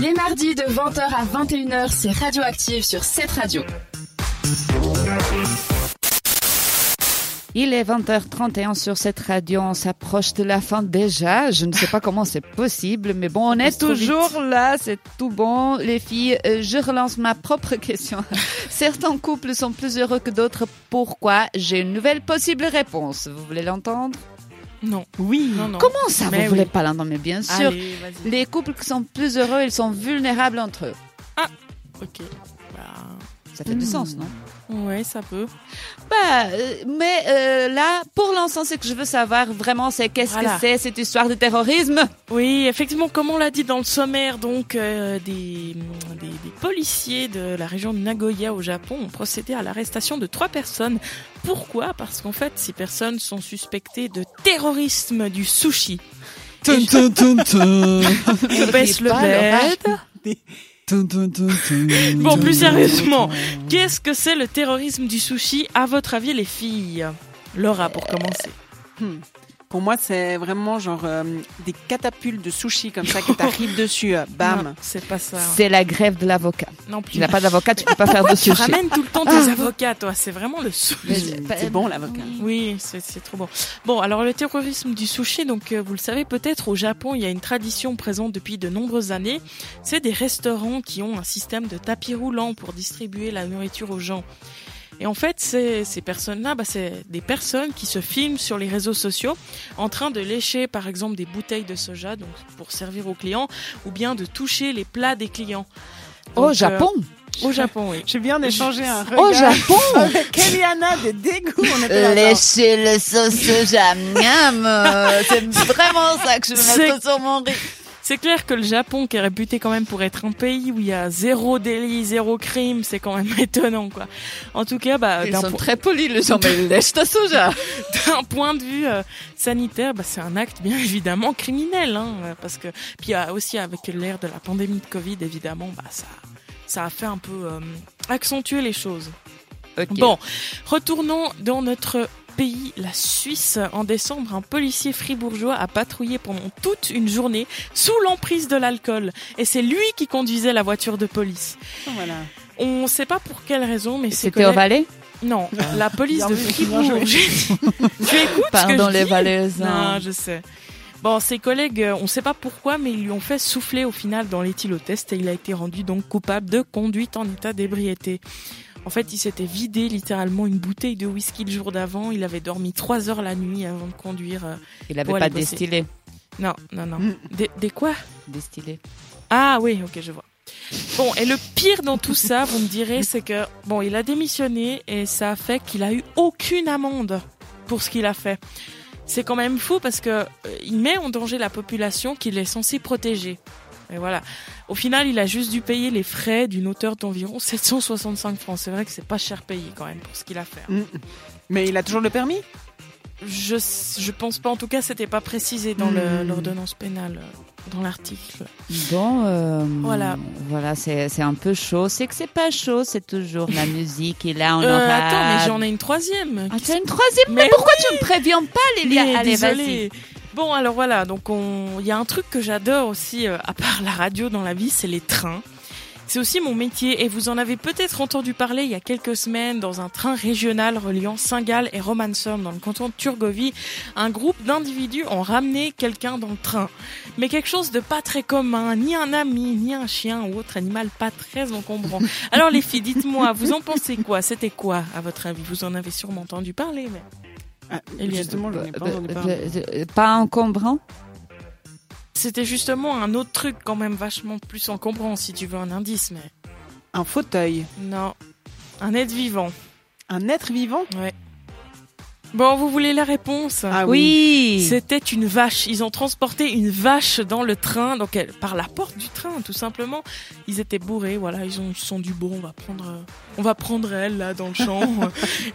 Les mardis de 20h à 21h, c'est Radioactive sur cette radio. Il est 20h31 sur cette radio, on s'approche de la fin déjà. Je ne sais pas comment c'est possible, mais bon, on est passe trop toujours là, c'est tout bon. Les filles, euh, je relance ma propre question. Certains couples sont plus heureux que d'autres. Pourquoi J'ai une nouvelle possible réponse. Vous voulez l'entendre Non. Oui. Non, non. Comment ça Vous Mais voulez oui. pas l'entendre Mais bien sûr. Allez, vas-y. Les couples qui sont plus heureux, ils sont vulnérables entre eux. Ok. Bah, Ça fait du sens, non ouais, ça peut. Bah, euh, mais euh, là, pour l'instant, ce que je veux savoir vraiment, c'est qu'est-ce Voilà. que c'est cette histoire de terrorisme Oui, effectivement, comme on l'a dit dans le sommaire, donc euh, des, des- des policiers de la région de Nagoya au Japon ont procédé à l'arrestation de trois personnes. Pourquoi Parce qu'en fait, ces personnes sont suspectées de terrorisme du sushi. Tun, tun, tun, tun. Je baisse le pas leur bed. Tun, tun, tun, tun. Bon, plus Tun, sérieusement, tun, tun. Qu'est-ce que c'est le terrorisme du sushi, à votre avis, les filles Laura, pour commencer. Pour moi, c'est vraiment genre euh, des catapultes de sushi comme ça qui t'arrivent dessus. euh, bam. Non, C'est pas ça. C'est la grève de l'avocat. Non Tu plus. n'as pas d'avocat, tu peux pas faire de Tu sushi. ramènes Ah. tout le temps tes avocats, toi. C'est vraiment le sushi. Mais- C'est bon l'avocat. Oui, c'est c'est trop bon. Bon, alors le terrorisme du sushi, donc euh, vous le savez peut-être, au Japon, il y a une tradition présente depuis de nombreuses années. C'est des restaurants qui ont un système de tapis roulant pour distribuer la nourriture aux gens. Et en fait, ces, ces personnes-là, bah, c'est des personnes qui se filment sur les réseaux sociaux en train de lécher, par exemple, des bouteilles de soja donc pour servir aux clients, ou bien de toucher les plats des clients. Donc, Au euh, Japon Au Japon, oui. J'ai bien échangé un regard. Au Japon Avec Eliana, des dégoûts. On était là, genre, Lécher le sauce soja, miam euh, C'est vraiment ça que je veux C'est- mettre sur mon riz. C'est clair que le Japon, qui est réputé quand même pour être un pays où il y a zéro délit, zéro crime, c'est quand même étonnant, quoi. En tout cas, bah, Ils d'un sont po- très polis, les gens, mais lèche ta soja d'un point de vue euh, sanitaire, bah, c'est un acte bien évidemment criminel, hein, euh, parce que puis euh, aussi avec l'ère de la pandémie de Covid, évidemment, bah ça, ça a fait un peu euh, accentuer les choses. Bon, retournons dans notre pays, la Suisse. En décembre, un policier fribourgeois a patrouillé pendant toute une journée sous l'emprise de l'alcool. Et c'est lui qui conduisait la voiture de police. Ah, voilà. On ne sait pas pour quelle raison, mais c'est C'était au collègues- Valais Non, la police Bien de vu, Fribourg. bien joué. tu écoutes ce que Pardon je les dis Valaisans. non, je sais. Bon, ses collègues, euh, on ne sait pas pourquoi, mais ils lui ont fait souffler au final dans l'éthylotest et il a été rendu donc coupable de conduite en état d'ébriété. En fait, il s'était vidé littéralement une bouteille de whisky le jour d'avant. Il avait dormi trois heures la nuit avant de conduire. euh, Il n'avait Pour pas aller bosser. distillé. Non, non, non. Mm. Des, des quoi Distillé. Ah oui, ok, je vois. Bon, et le pire dans tout ça, vous me direz, c'est que, bon, il a démissionné et ça a fait qu'il a eu aucune amende pour ce qu'il a fait. C'est quand même fou parce que euh, il met en danger la population qu'il est censé protéger. Et voilà. Au final, il a juste dû payer les frais d'une hauteur d'environ 765 francs. C'est vrai que c'est pas cher payé quand même pour ce qu'il a fait. Mm. Mais il a toujours le permis Je, je pense pas, en tout cas, c'était pas précisé dans le- l'ordonnance pénale, euh, dans l'article. Bon, euh, Voilà. Voilà, c'est c'est un peu chaud. C'est que c'est pas chaud, c'est toujours la musique et là on Euh, aura. attends, mais j'en ai une troisième. Ah, Qu'est-ce t'as une troisième. Mais, Mais pourquoi tu me préviens pas, Lélia Mais Allez, vas-y. désolée. Bon, alors voilà, donc on- il y a un truc que j'adore aussi, euh, à part la radio dans la vie, c'est les trains. C'est aussi mon métier et vous en avez peut-être entendu parler il y a quelques semaines dans un train régional reliant Saint-Gall et Romanson dans le canton de Turgovie. Un groupe d'individus ont ramené quelqu'un dans le train. Mais quelque chose de pas très commun, ni un ami, ni un chien ou autre animal pas très encombrant. Alors les filles, dites-moi, vous en pensez quoi C'était quoi à votre avis Vous en avez sûrement entendu parler, mais... Ah, Eliane. Justement, je n'ai pas entendu Bah, parler. bah, bah, pas encombrant C'était justement un autre truc quand même vachement plus encombrant si tu veux un indice, mais Un fauteuil. non. Un être vivant. Un être vivant Bon, vous voulez la réponse Oui. C'était une vache. Ils ont transporté une vache dans le train, donc elle, par la porte du train, tout simplement. Ils étaient bourrés, voilà. Ils ont, ils se sont dit bon, on va prendre, euh, on va prendre elle là dans le champ.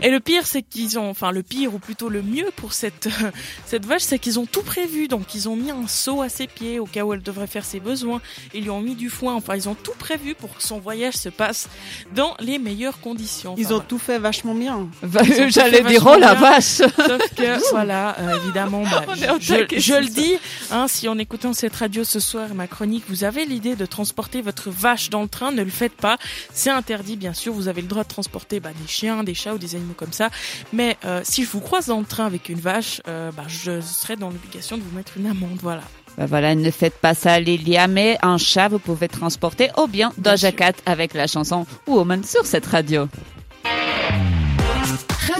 Et le pire, c'est qu'ils ont, enfin le pire ou plutôt le mieux pour cette euh, cette vache, c'est qu'ils ont tout prévu. Donc ils ont mis un seau à ses pieds au cas où elle devrait faire ses besoins. Ils lui ont mis du foin. Enfin, ils ont tout prévu pour que son voyage se passe dans les meilleures conditions. Enfin, Ils ont tout fait vachement bien. Bah, Ils ont tout fait J'allais dire vachement oh la bien. vache Sauf que, voilà, euh, évidemment, bah, On est au je, taquet, je le c'est ça. dis, hein, si en écoutant cette radio ce soir et ma chronique, vous avez l'idée de transporter votre vache dans le train, ne le faites pas. C'est interdit, bien sûr. Vous avez le droit de transporter bah, des chiens, des chats ou des animaux comme ça. Mais euh, si je vous croise dans le train avec une vache, euh, bah, je serai dans l'obligation de vous mettre une amende. Voilà. Bah voilà, ne faites pas ça, Lilia, mais un chat, vous pouvez transporter ou bien Bien Doja sûr. Cat avec la chanson Woman sur cette radio.